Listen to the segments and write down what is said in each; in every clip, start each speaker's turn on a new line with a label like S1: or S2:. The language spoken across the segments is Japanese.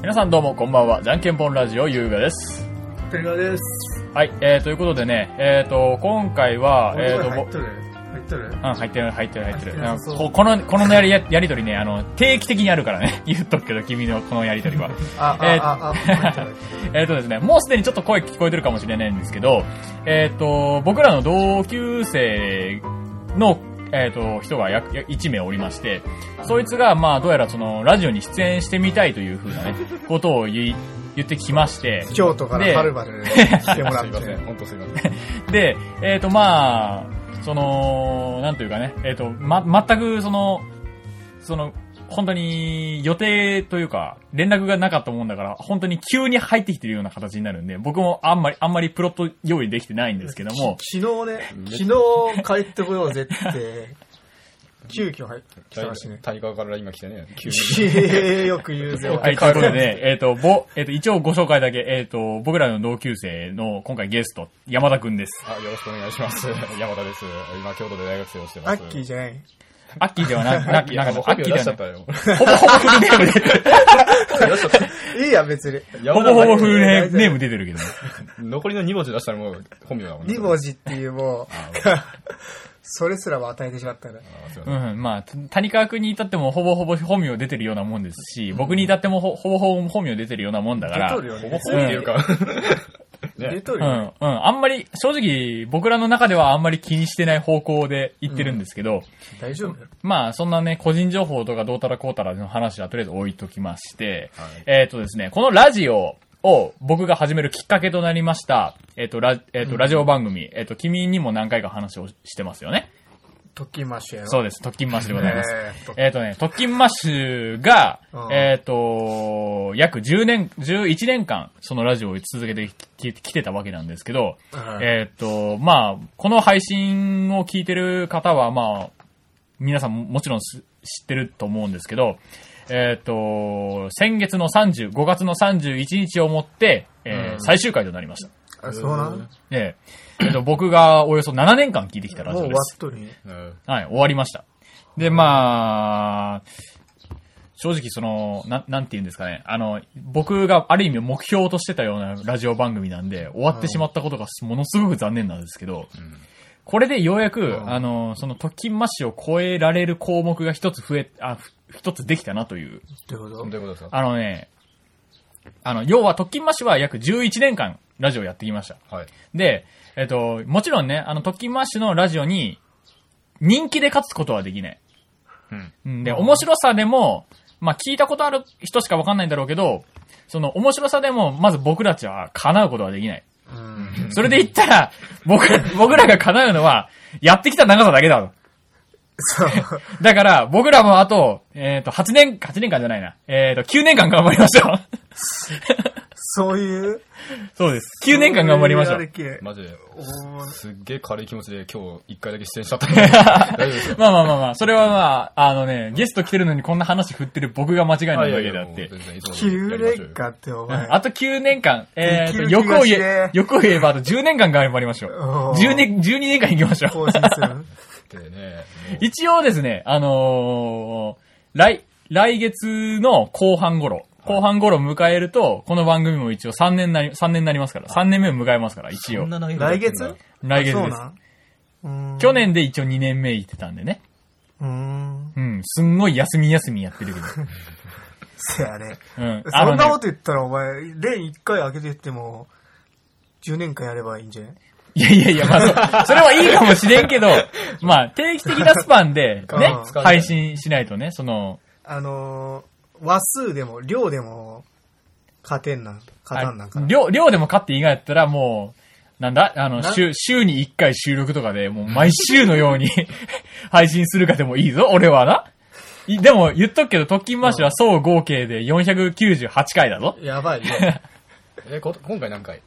S1: 皆さんどうもこんばんは。じゃんけんぽんラジオ優雅です。
S2: ペガです。
S1: はい、えー、ということでね、えっ、ー、と、今回は、え
S2: え
S1: ーと、
S2: 入っ
S1: ぼ
S2: とる入っとる
S1: うん、入ってる、入ってる、入ってる。
S2: 入ってなさそう
S1: ここの、このやりややりとりね、あの、定期的にあるからね。 言っとくけど、君のこのやりと りは。
S2: あ、あ、
S1: えー
S2: あ、あ、入っとる。
S1: えっとですね、もうすでにちょっと声聞こえてるかもしれないんですけど、えっ、と、僕らの同級生の、えっ、と、人が約1名おりまして、そいつが、まあ、どうやらその、ラジオに出演してみたいというふうなね、ことを言い、言ってきまして、
S2: 京都か
S1: で
S2: らは るばる来てもらっ
S3: すいませ
S2: て
S3: ん、。本当すいません。
S1: で、えっ、と、まあ、その、なんというかね、えっ、と、ま、全く、その、その、本当に予定というか、連絡がなかったもんだから、本当に急に入ってきてるような形になるんで、僕もあんまり、あんまりプロット用意できてないんですけども、
S2: き 昨日ね、昨日帰ってこようぜ って、急遽入ってきたらしいね。
S3: 谷川から今来てね、急 に。
S2: よく言う ぜ。
S1: はい、ということでね、えっ、と、ぼ、えっ、と、一応ご紹介だけ、えっ、と、僕らの同級生の今回ゲスト、山田くんです。
S3: あ、よろしくお願いします。山田です。今、京都で大学生をして
S2: ア
S3: ます。
S2: ッキーじゃない。
S1: アッキーではな、な、な
S3: ア
S1: んか
S3: ッキ
S1: っ
S3: ー、
S1: た、
S3: なんかもう
S1: アッキー
S3: 出
S1: で
S3: し
S1: は
S3: ちゃ
S1: ない
S3: った。よ。
S1: ほぼほぼフルネームで、
S3: 出しちゃった。
S2: いいや、別に。
S1: ほ
S3: 山
S1: ぼほぼ
S3: 田
S1: フルネーム出てるけどね。
S3: 残りの2文字出したらもう本名だもん
S2: 2文字っていうもう、 それすらも与えてしまったら。
S3: あすいません
S1: うん、まあ、た谷川君に至ってもほぼほぼ本名出てるようなもんですし、僕に至ってもほほぼほぼ本名出てるようなもんだから、
S2: 出と
S1: う
S2: るよね。
S3: ほぼほぼっていうか。
S2: 出
S3: ね。
S2: とる
S1: ん、う
S2: よね。
S1: ん、あんまり、正直僕らの中ではあんまり気にしてない方向で言ってるんですけど、
S2: 大丈夫
S1: まあ、そんなね、個人情報とかどうたらこうたらの話はとりあえず置いときまして、
S3: はい
S1: えっ、とですね、このラジオを僕が始めるきっかけとなりました、えっ、と、ラ,、えーとラジオ番組、えっ、と、君にも何回か話をしてますよね。
S2: ときましょうよ。
S1: そうです、特勤マッシュでございます。
S2: えーと
S1: えっ、とね、特勤マッシュが、
S2: うん
S1: えっ、と、約10年、11年間、そのラジオを続けてききてたわけなんですけど、
S2: うん
S1: えっ、と、まあ、この配信を聞いてる方は、まあ、皆さんももちろんす知ってると思うんですけど、えっ、と、先月の30、5月の31日をもって、えー
S2: うん
S1: 最終回となりました。
S2: あ、そうなん
S1: で、えっ、と、僕がおよそ7年間聞いてきた
S2: も
S1: ラ
S2: う
S1: ジオ
S2: 終
S1: で
S2: わ
S1: す
S2: っ。とるね。
S3: うん
S1: はい、終わりました。で、まあ、正直その、なん、なんて言うんですかね。あの、僕がある意味目標としてたようなラジオ番組なんで、終わってしまったことがものすごく残念なんですけど、これでようやく、
S2: ん
S1: あの、その特勤マッシュを超えられる項目が一つ増え、あ、ふ一つできたなという。
S2: ってこと
S3: どういうことですか
S1: あのね、あの、要は特勤マッシュは約11年間ラジオやってきました。
S3: はい。
S1: で、えっと、もちろんね、あの、特勤マッシュのラジオに、人気で勝つことはできない。
S3: うん
S1: うん。で、面白さでも、まあ、聞いたことある人しかわかんないんだろうけど、その、面白さでも、まず僕たちは叶うことはできない。
S2: うん。
S1: それで言ったら、僕、僕らが叶うのは、やってきた長さだけだと。
S2: そう。
S1: だから、僕らもあと、えっ、と、8年、8年間じゃないな。えっ、と、9年間頑張りましょう。
S2: そういう。
S1: そう です。9年間頑張りましょ
S2: そういう
S1: う。
S2: あれ系
S3: マジで。
S2: おー
S3: すっげえ軽い気持ちで今日1回だけ出演しちゃったんで。大丈夫ですよ。
S1: まあまあまあまあ、それはまあ、あのね、ゲスト来てるのにこんな話振ってる僕が間違いないだけであっ
S3: いや
S1: て
S3: いや。もう全然いつも通りや
S2: 9
S3: りましょう
S2: 連
S3: よ
S2: 間ってお前。
S1: あと9年間、え
S2: でき
S1: ーと、
S2: る気が
S1: 欲を言
S2: しね
S1: え
S2: え、
S1: 欲を言えばあと10年間頑張りましょう。
S2: おー
S1: 10年、12年間行きましょう。
S2: 更新する。
S3: ってね。
S1: 一応ですね、あのー来、来月の後半頃、後半頃迎えると、この番組も一応3年なり、三年になりますから、3年目を迎えますから、一応。
S2: 来月
S1: 来月
S2: あそう
S1: です。
S2: なんうーん
S1: 去。年で一応2年目行ってたんでね。
S2: うーん。
S1: うん、すんごい休み休みやってるけど。
S2: せやね。
S1: うん、あ
S2: そ
S1: の
S2: んな
S1: ね
S2: こ、と言ったらお前、年1回開けてっても、10年間やればいいんじゃない
S1: いやいやいや、まあ、そそれはいいかもしれん けど、まあ、定期的なスパンで、ね
S2: うん、
S1: 配信しないとね、その、
S2: あのー、話数でも、量でも、勝てんな、勝たんなんかな。
S1: 量、量でも勝って以外だったらもう、なんだあの、
S2: な
S1: 週、週に1回収録とかで、もう毎週のように 配信するかでもいいぞ、俺はな。いでも、言っとくけど、特勤マッシュは総合計で498回だぞ。
S2: やばいよ。
S3: え、こ今回何回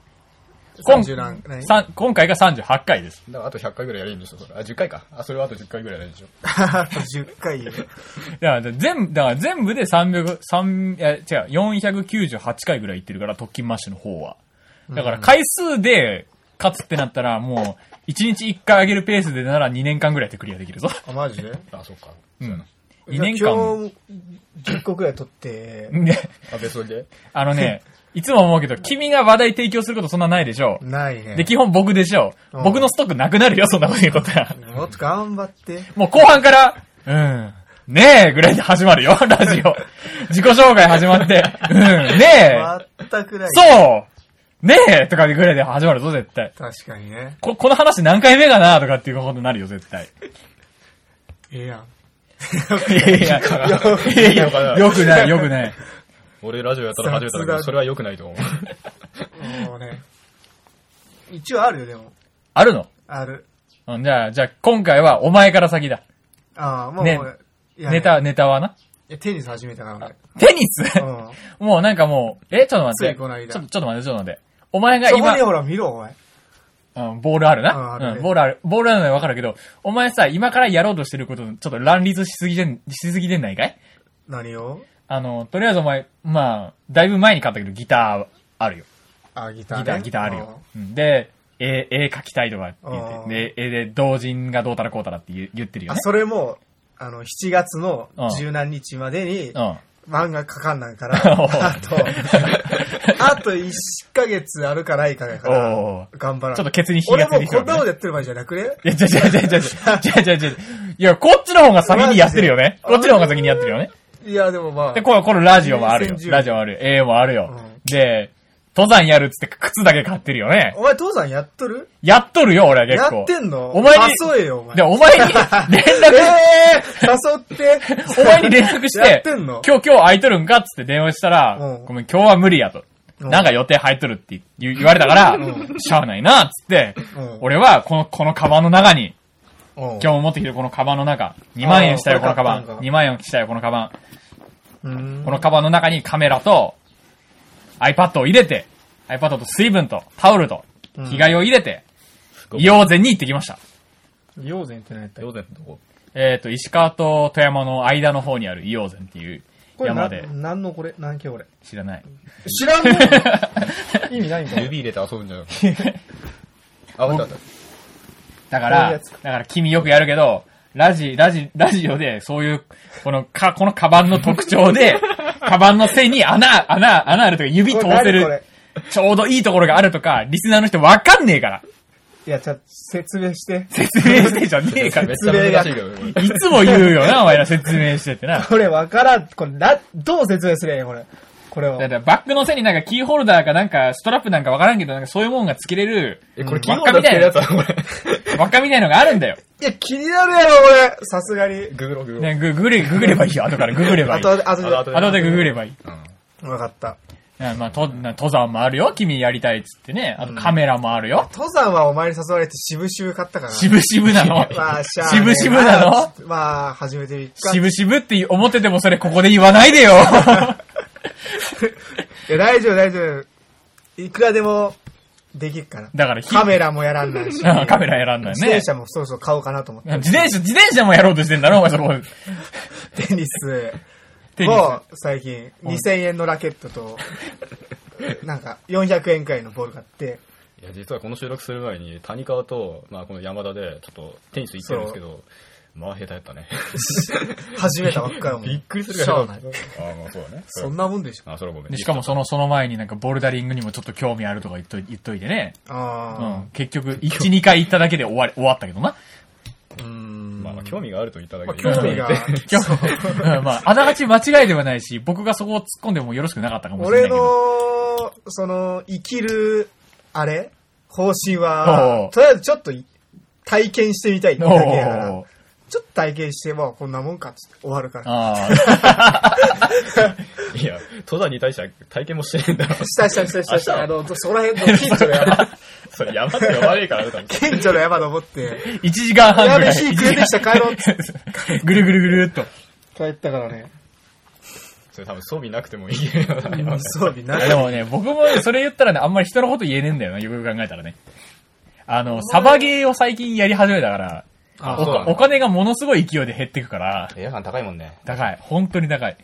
S1: 今
S2: 30何何
S1: さん今回が38回です。
S3: だからあと100回ぐらいやれるんでしょ、それ。あ、10回か。あ、それはあと10回ぐらいやれるんでしょ。
S2: あと10回よ。
S1: だから全部、だから全部で300、三いや違う、498回ぐらいいってるから、特勤マッシュの方は。だから回数で勝つってなったら、もう、1日1回上げるペースでなら2年間ぐらいでクリアできるぞ。
S2: あ、マジで
S3: あ、そっか。
S1: うん。 2年間。
S2: 今日、10個くらい取っ て、
S1: ね、
S3: 安倍総 理で。
S1: あのね、いつも思うけど、君が話題提供することそんなないでしょ
S2: ないね。
S1: で、基本僕でしょ
S2: うん
S1: 僕のストックなくなるよ、そんなこと言うことは。
S2: もっと頑張って。
S1: もう後半から、うん、ねえ、ぐらいで始まるよ、ラジオ。自己紹介始まって、うん、ねえ、
S2: 全くない。
S1: そうねえとかぐらいで始まるぞ、絶対。
S2: 確かにね。
S1: こ、この話何回目かなとかっていうことになるよ、絶対。
S2: ええやん。
S1: いやいや、いやいや、よくない、よくない。
S3: 俺ラジオやったら初めてだけ
S2: 雑
S3: ど、
S2: だ
S3: それは良くないと思う。
S2: もうね。一応あるよ、でも。
S1: あるの
S2: ある。
S1: うん、じゃあ、じゃあ、今回はお前から先だ。
S2: ああ、もう、
S1: ね
S2: いや
S1: ネタ、ネタはない
S2: や、テニス始めたな、俺。
S1: テニス
S2: うん。
S1: もうなんかもう、え、ちょっと待っ
S2: ついこの
S1: て。
S2: 間
S1: ちょっと、ちょっと待って、ちょっと待って。お前が
S2: そこ
S1: 今
S2: に、ほら見ろ、お前。
S1: うん、ボールある
S2: うんある
S1: な。
S2: ね
S1: うん、ボールある。ボールあるのはわかるけど、お前さ、今からやろうとしてること、ちょっと乱立しすぎてん、しすぎてんないかい
S2: 何を
S1: あの、とりあえずお前、まあ、だいぶ前に買ったけど、ギターあるよ。
S2: あ、ギター、
S1: ギ
S2: ね。
S1: ター、ギターあるよ。うんで、絵、絵描きたいとかって言っ
S2: うん
S1: て、で、絵で、同人がどうたらこうたらって言う言ってる
S2: うん。
S1: よ
S2: あ、
S1: ね。
S2: それも、あの、7月の
S1: うん
S2: 十何日までに
S1: う、ん。
S2: 漫画かかんないから、
S1: おう
S2: あと、あと1ヶ月あるかないかだか
S1: お
S2: ら
S1: う、
S2: 頑張ら
S1: ちょっ
S2: な
S1: と
S2: い。
S1: ケツに火
S2: 俺
S1: がつ
S2: も
S1: いうてきてる
S2: こんなこ
S1: わけね。
S2: とやってる場合じゃなくね
S1: いや、違う違う違う違う。違う違う違う。いや、こっちの方が先にやってるよね。
S2: マジで
S1: こっちの方が先にやってるよね。
S2: いや、でもまあ
S1: で、、これ、これラジオもあるよ
S2: 優先。順位
S1: ラジオもある。絵もあるよ
S2: うん。
S1: で、登山やるっつって靴だけ買ってるよね。
S2: お前父さんやっとる
S1: やっとるよ、俺は
S2: や
S1: 結構。
S2: ってんの
S1: お前に、
S2: 誘えよ、お前。
S1: で、お前に連絡、
S2: えー、誘っ て。
S1: お前に連絡し、
S2: やっててんの
S1: 今日今日空いとるんかっつって電話したら、
S2: うん
S1: ごめん、今日は無理やと。
S2: うん
S1: なんか予定入っとるって言言われたから、しゃあないな、っつって、
S2: うん
S1: 俺はこの、このカバンの中に、
S2: 今
S1: 今日持ってきてるこのカバンの中、2万円したよ、
S2: あー
S1: このカバ
S2: これ買った
S1: ン。
S2: んか
S1: 2万円したよ、このカバン。
S2: うん
S1: このカバンの中にカメラと iPad を入れて、iPad と水分とタオルと
S2: うん
S1: 着替えを入れて、
S3: ごめん
S1: 硫黄泉に行ってきました。
S2: 陽禅って何やった
S3: 当然のとこ。
S1: えっ、と、石川と富山の間の方にある硫黄泉っていう
S2: これ
S1: 山
S2: な、
S1: で、
S2: 何のこれ何系これ
S1: 知らない。
S2: 知らんの 意味ないんか
S3: 指入れて遊ぶんじゃなくて。 あ、わかったわかっ
S1: だか
S2: こういう
S1: ら、
S2: や
S1: だ
S2: つ
S1: から君よくやるけど、ラジ、ラジ、ラジオで、そういう、この、か、このカバンの特徴 で、カバンの背に穴、穴、穴あるとか、 指通
S2: こ
S1: せ
S2: れ何こ
S1: る
S2: れ、
S1: ちょうどいいところがあるとか、リスナーの人わかんねえから、
S2: いや、ちょっと説明して。
S1: 説明してじゃねえか
S3: た。
S1: ら
S3: めっ。ちゃ難しいけど、これ
S1: いつも言うよな、お前ら説明してってな。
S2: これわからん。これな、どう説明すりゃいいのこれ。これを
S1: だっ。てバッグの背になんかキーホルダーかなんかストラップなんかわからんけど、なんかそういうもんがつけれる、
S3: え、これ昨日だってるやつだ、これ。
S1: 輪っかみたいのがあるんだよ。
S2: いや、気になるやろ、これ。さすがに。
S3: ググロググロ。
S1: ね、ググれ、ググればいいよ。後からググればい
S2: あ
S1: い。
S2: と、
S1: 後
S2: あと、あと、
S3: あと
S1: でググればいい。
S3: うん
S2: わかった。
S1: なまあ、と、な登山もあるよ。君やりたいっつってね。あとカメラもあるよ。
S2: 登山はお前に誘われて渋々買ったから。
S1: 渋々なの。
S2: まあ、しゃあねえ
S1: 渋々なの
S2: まあ、初めてみっか。
S1: 渋々って思っててもそれここで言わないでよ。
S2: いや、大丈夫、大丈夫。いくらでも、できるから。
S1: だからひ、
S2: カメラもやらんないし。
S1: うん カメラやらんのよ
S2: 自
S1: ね
S2: 転。車もそろそろ買おうかなと思って。
S1: 自転車、自転車もやろうとしてんだろ、お前そこ。
S2: テニス
S1: テニス
S2: も最近2000円のラケットと、なんか400円くらいのボール買って、
S3: いや、実はこの収録する前に、谷川と、まあ、この山田で、ちょっとテニス行ってるんですけど、まあ、下手やったね。
S2: 始めたばっかりもん。
S3: びっくりする
S2: し
S3: ぐ
S2: ょ
S3: ら
S2: う
S3: い
S2: がない。
S3: あ、まあ、そうだね。
S2: そんなもんでしょ。
S3: あ、それはごめん。
S1: でしかもその、その前になんかボルダリングにもちょっと興味あるとか言っとい言っといてね。う
S2: あ
S1: ん。結局、1、2回行っただけで終わり、終わったけどな。
S2: あ。うん。
S3: まあ、まあ興味があると言っただけで。
S2: まあ興味が
S1: 今日、うんまあ、あながち間違いではないし、僕がそこを突っ込んでもよろしくなかったかもしれないけ
S2: 俺
S1: ど。
S2: の、その、生きる、あれ方針
S1: お
S2: は
S1: う、
S2: とりあえずちょっとい体験してみたいってだけやから、
S1: おー
S2: ちょっと体験して、まあこんなもんかっつって終わるから。
S1: あ
S3: いや、登山に対しては体験もしてねえんだろ。
S2: したしたしたしたし
S3: あ
S2: た。あの、そこら辺の近所の山、
S3: それ山って呼ばねえからね、多分
S2: 近所の山登って、
S1: ー一時間半ぐら
S2: や
S1: い。
S2: べ火暮れてきた帰ろうっつっ
S1: ぐるぐるぐるっと。
S2: 帰ったからね。
S3: それ多分装備なくてもいいような山
S2: 装備ない
S1: やでもね、僕もそれ言ったらね、あんまり人のこと言えねえんだよな、よくよく考えたらね。あの、サバゲーを最近やり始めたから、
S3: あ
S1: お
S3: そうな
S1: か
S3: んだ
S1: お金がものすごい勢いで減ってくから、
S3: エアガン高いもんね。
S1: 高い。本当に高い。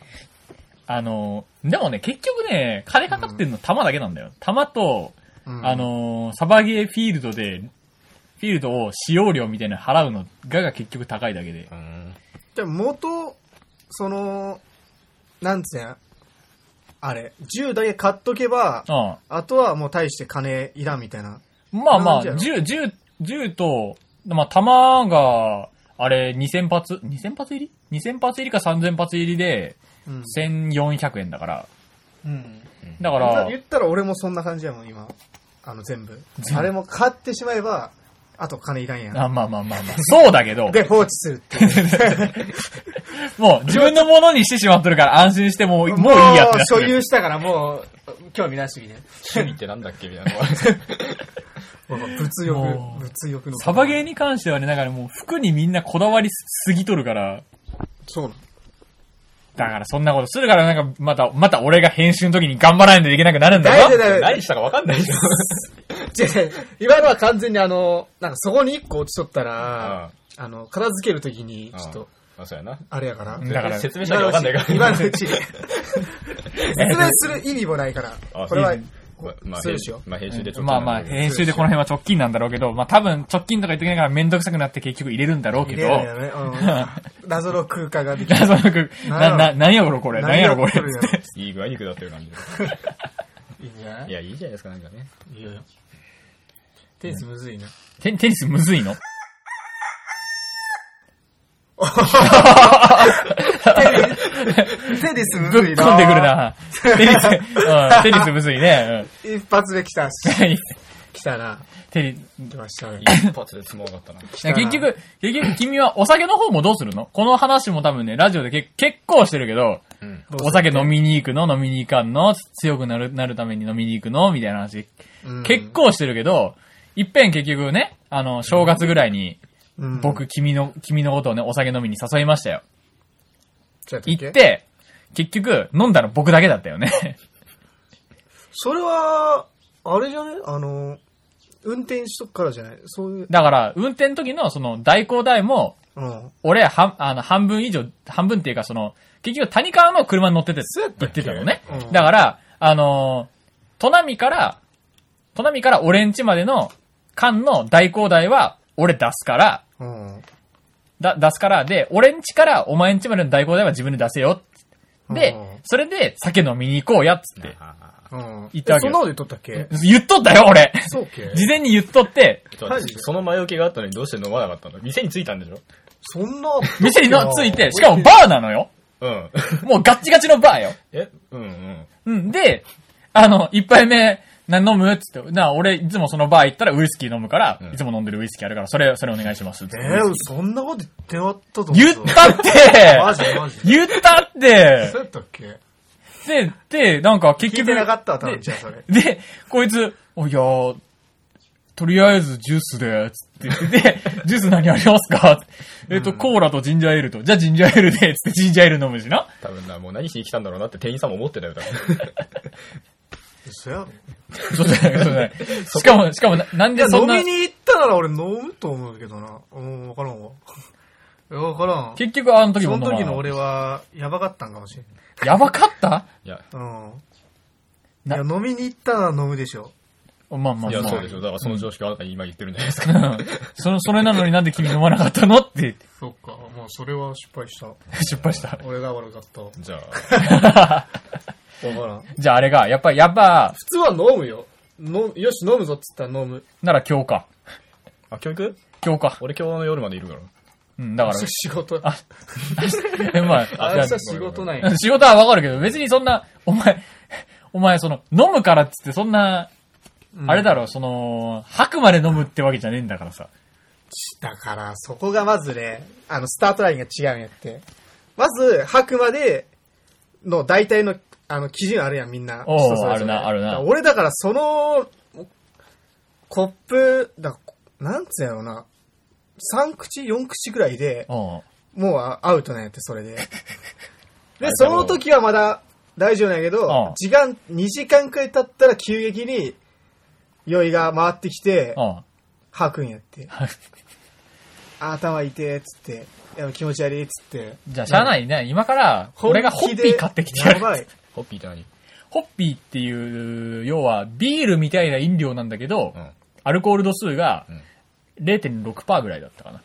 S1: あの、でもね、結局ね、金かかってんの弾だけなんだよ。弾と、
S2: うん
S1: あのーサバゲーフィールドで、フィールドを使用料みたいなの払うのがが結局高いだけで
S3: う。ん。
S2: じゃあ元その、なんつうんあれ、銃だけ買っとけば、
S1: うん。
S2: あとはもう大して金いらんみたいな。
S1: まあま
S2: なんじゃ
S1: あ、
S2: ろ
S1: 銃、銃、銃と、まあ、弾が、あれ、2000発、2000発入り ?2000 発入りか3000発入りで、
S2: うん。
S1: 1400円だから。
S2: うん。
S1: だか
S2: 言った
S1: ら、
S2: 言ったら俺もそんな感じやもん、今。あの、全部。
S1: 全部
S2: あれも買ってしまえば、あと金いらんやん。
S1: あまあまあまあまあ、そうだけど、
S2: で、放置するっていう。
S1: もう自分のものにしてしまってるから安心して もう、もういいやってなって
S2: もう所
S1: る
S2: 有したからもう、興味なしみたいな。
S3: 趣味ってなんだっけみたいな。
S2: 物欲
S1: も、う
S2: 物欲の。
S1: サバゲーに関してはね、なんかね、もう服にみんなこだわりすぎとるから、
S2: そうな
S1: だからそんなことするからなんか、また、また俺が編集の時に頑張らないといけなくなるんだ
S2: だ
S1: よ。
S2: いだい
S3: 何したかわかんないじゃん。
S2: 違う違う今のは完全にあの、なんかそこに一個落ちとったら、あの、片付けるときに、ちょっと、
S3: まあ、そうやな。
S2: あれやから。
S1: だから
S3: 説明しなきゃわかんないから。
S2: 今のう ち、今のうち説明する意味もないから
S3: あ、
S2: これは
S1: うん、
S3: ままあ、
S2: そうですよ
S3: まあ、編集でちょっと。
S1: まあまあ、編集でこの辺は直近なんだろうけど、まあ多分直近とか言ってきながらめんどくさくなって結局入れるんだろうけ
S2: 入
S1: ど
S2: れ、な いよね。うん謎の空間ができる。
S1: 謎のく、な、な、何やろこれ、何やろこれ。
S2: 何やろこ
S3: いい具合に下ってる感じで。
S2: れいいんじゃない
S3: いや、いいじゃないですか、なんかね。
S2: いいよ。テニスむずいな。
S1: テテニスむずいの
S2: テニスむ
S1: ぶっ
S2: ず
S1: 込
S2: い
S1: ん
S2: な。
S1: でくる。な。テニス、うん、テニスむずいね。
S2: 一発で来たし、
S1: うん、
S2: 来たな。
S1: テニ
S2: 来ましたね。
S3: 一発でつまがったな。
S1: いや結局、結局君はお酒の方もどうするのこの話も多分ね、ラジオでけ結構してるけど、
S3: うん。
S1: お酒飲みに行くの飲みに行かんの強くなる、なるために飲みに行くのみたいな話、
S2: うん
S1: 結、構してるけど、いっぺん結局ね、あの、正月ぐらいに、
S2: うん、
S1: 僕、君の、君のことをね、お酒飲みに誘いましたよ。
S2: ちょっと待
S1: 行っ。て、結局、飲んだの僕だけだったよね。
S2: それは、あれじゃねあの、運転しとくからじゃないそういう、
S1: だから、運転の時の、その、代行代も、
S2: うん。
S1: 俺、半、あの、半分以上、半分っていうか、その、結局、谷川の車に乗ってて、
S2: そうやっ
S1: 行
S2: たっ
S1: って
S2: け
S1: たのね
S2: うん。
S1: だから、あのー、都並から、都並から俺ん家までの、間の代行代は、俺出すから、
S2: うん。
S1: だ、出すから、で、俺ん家からお前ん家までの代行代は自分で出せよ。で
S2: うん、
S1: それで、酒飲みに行こうや、つって。
S3: あ
S2: うん。
S1: 行ったわけよ
S2: えそんなこと言っとったっけ
S1: 言っとったよ、俺
S2: そうけ
S1: 事前に言っとって、
S3: ーちょっと待ってその前置きがあったのにどうして飲まなかったの店に着いたんでしょ
S2: そんな。
S1: 店にのついて、しかもバーなのよ。
S3: うん。
S1: もうガッチガチのバーよ。
S3: えうんうん。
S1: うん。で、あの、一杯目、な飲むっつって。な、俺、いつもそのバー行ったらウイスキー飲むから、
S3: うん
S1: いつも飲んでるウイスキーあるから、それ、それお願いしますっつって。
S2: えー、そんなこと言ってなかったと思う。
S1: 言ったっ
S2: マ
S1: て
S2: ジマジ。
S1: 言ったっ
S2: そう
S1: て
S2: やったっけ
S1: で、で、なんか結
S2: 聞い
S1: 局。
S2: てなかったわ、多
S1: で
S2: 分、じゃあそれ。
S1: で、こいつ、おいやー、とりあえずジュースで、つって言ってて、ジュース何ありますかえっと、コーラとジンジャーエールと、じゃあジンジャーエールで、つってジンジャーエール飲むしな。
S3: 多分な、もう何しに来たんだろうなって店員さんも思ってたよ、多分。
S2: 嘘やろ。
S1: そうだよ、そう だよ。しかも、しかもな、なん
S2: い
S1: で
S2: や、
S1: そ
S2: 飲
S1: んな
S2: み、に行ったなら俺飲むと思うけどな。うん、わからんわ。いやわからん。
S1: 結局あの時
S2: そ
S1: も飲
S2: の
S1: まな
S2: 時の俺は、やばかったんかもしれん。
S1: やばかった
S3: いや、
S2: うん。
S1: ない
S2: や、飲みに行ったら飲むでしょ。
S1: まあまあ
S3: いや、
S1: ま
S3: そう
S1: あ
S3: でしょ。だからその常識はあなたに今言ってるんじゃない ですか。
S1: うん。 その、それなのになんで君飲まなかったのって、
S2: そっか、まあそれは失敗した。
S1: 失敗した。
S2: 俺が悪かった。わ
S3: じゃあ、
S2: からん。普
S1: じゃああれが、やっぱり、やっぱ、
S2: 通は飲むよ。飲むよし、飲むぞっつったら飲む。
S1: なら今日か。
S3: あ、教育
S1: 今日か。
S3: 俺今日の夜までいるから。
S1: うん、だか
S2: 明日仕事。
S1: あら、え、 まあ、
S2: あ
S1: い
S2: 明
S1: や
S2: 日仕事ない。
S1: 仕事はわかるけど、別にそんな、お前、お前その、飲むからっつってそんな、
S2: うん
S1: あれだろ、その、吐くまで飲むってわけじゃねえんだからさ。
S2: だから、そこがまずね、あの、スタートラインが違うんやって。まず、吐くまでの大体の、あの、基準あるやん、みんな。
S1: おう
S2: 人それぞれ
S1: あるなあるな
S2: だから俺だから、その、コップ、だなんつうんやろうな。3口、4口ぐらいで、
S1: うん。
S2: もうあアウトなんやって、そ れで。
S3: あ
S2: で、その時はまだ大丈夫なんやけ
S1: う
S2: ど
S1: ん、
S2: 時間、2時間くらい経ったら急激に酔いが回ってきて
S1: う、ん。
S2: 吐くんやって。頭痛えっつって、いや気持ち悪いっつって。
S1: じゃあ、しゃあないね。今から、俺がホッピー買ってきてや
S2: や
S1: る。
S2: ばい。
S3: ホッピーって何
S1: ホッピーっていう、要は、ビールみたいな飲料なんだけど、
S3: うん。
S1: アルコール度数が
S3: うん
S1: 0.6%ぐらいだったかな。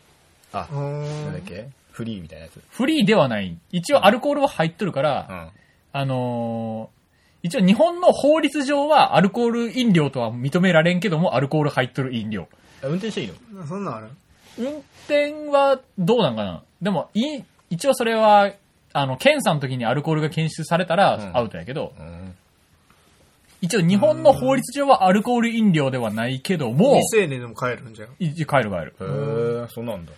S3: あ
S2: う、ーん
S3: なんだっけフリーみたいなやつ。
S1: フリーではない。一応アルコールは入っとるから、
S3: うん。
S1: あのー一応日本の法律上はアルコール飲料とは認められんけども、アルコール入っとる飲料。
S3: 運転していいの
S2: そんなんある
S1: 運転はどうなんかなでも、い、一応それは、あの、検査の時にアルコールが検出された
S3: う
S1: ら
S3: ん
S1: アウトやけど、
S3: うん。
S1: 一応日本の法律上はアルコール飲料ではないけども
S2: 未、成年でも買えるんじゃん。
S1: 一応帰る帰る。
S3: へえ、そうなんだ。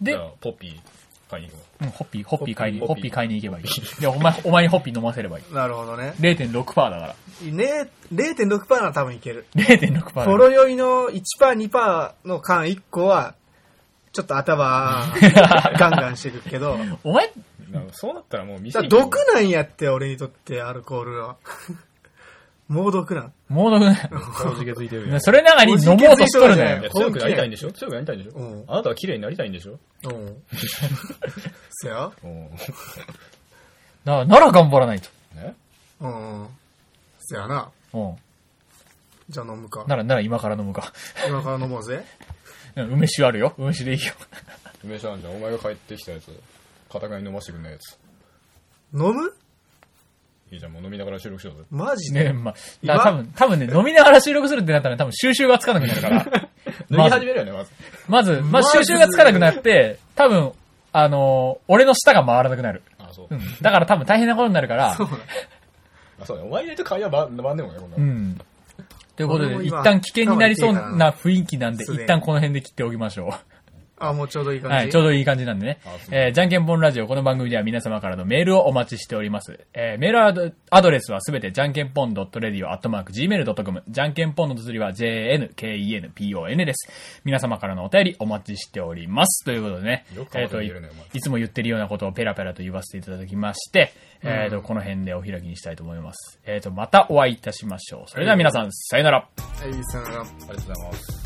S3: じ
S1: で
S3: ゃ、あ、ポッピー買いに行こ
S1: うん、ホッピー、ホッピー買いに、
S3: ホ
S1: ホッ
S3: ッピ
S1: ピ
S3: ー
S1: ー買いに行けばいい。で、お前、お前にホッピー飲ませればいい。
S2: なるほどね。
S1: 0.6%だから。
S2: ね、0.6%なら多分いける。
S1: 0.6%だ
S2: ほ
S1: から。
S2: ろ酔いの1%、2%の缶1個は、ちょっと 頭、ガンガンしてくるけど、
S1: お前、
S3: う。なんかそうなったらもう店
S2: だ
S3: に
S2: 毒なんやって、俺にとってアルコール は。猛毒なん。
S1: 猛毒ね。
S3: おじけづいてるやん。
S1: それながに飲もうとしとるね
S3: いや強くなりたいんでしょ強くなりたいんでしょ、
S2: うん
S3: あなたは綺麗になりたいんでしょ
S2: うん。そや
S3: うん。
S1: な、なら頑張らないと。
S3: ね
S2: うん。そやな。
S1: う
S2: じゃあ飲むか
S1: ん。。なら、なら今から飲むか。
S2: 今から飲もうぜ。
S1: うん梅酒あるよ。梅酒でいいよ。
S3: 梅ちゃんじゃん、お前が帰ってきたやつ、片側に飲ましてくんないやつ。
S2: 飲む
S3: いいじゃん、もう飲みながら収録しようぜ。
S2: マジ
S1: ね、
S2: で、
S1: まあ、だから多分、多分ね、飲みながら収録するってなったら多分収集がつかなくなる から。
S3: 脱ぎ始めるよね、まず。
S1: まず、ま
S2: ま
S1: あ、
S2: ず
S1: 収集がつかなくなって、多分、あのー俺の舌が回らなくなる。
S3: あ、そう
S1: う。ん。だから多分大変なことになるから、
S2: そうな
S3: あ、そうね。お前入れと会話ば回んでもね、こんな
S1: う
S3: の。
S1: ん。ということ
S2: 俺も
S1: で、一
S2: 今
S1: 旦危険になりそうな雰囲気なんで、
S2: すでに
S1: 一旦この辺で切っておきましょう。
S2: あ、もうちょうどいい感じ。
S1: はい、ちょうどいい感じなんでね
S3: あそ。う
S1: えーじゃんけんぽんラジオ、この番組では皆様からのメールをお待ちしております。えーメールアドアドレスはすべてじゃんけんぽん .radio.gmail.com、じゃんけんぽんの綴りは jnkenpon です。皆様からのお便りお待ちしております。ということでね、
S3: よくこんなこと
S1: え
S3: 言え
S1: ー
S3: るねお前
S1: とい、いつも言ってるようなことをペラペラと言わせていただきまして、えーと、この辺でお開きにしたいと思います。えーと、またお会いいたしましょう。それでは皆さん、さよなら。
S2: はい、さよなら。
S3: ありがとうございます。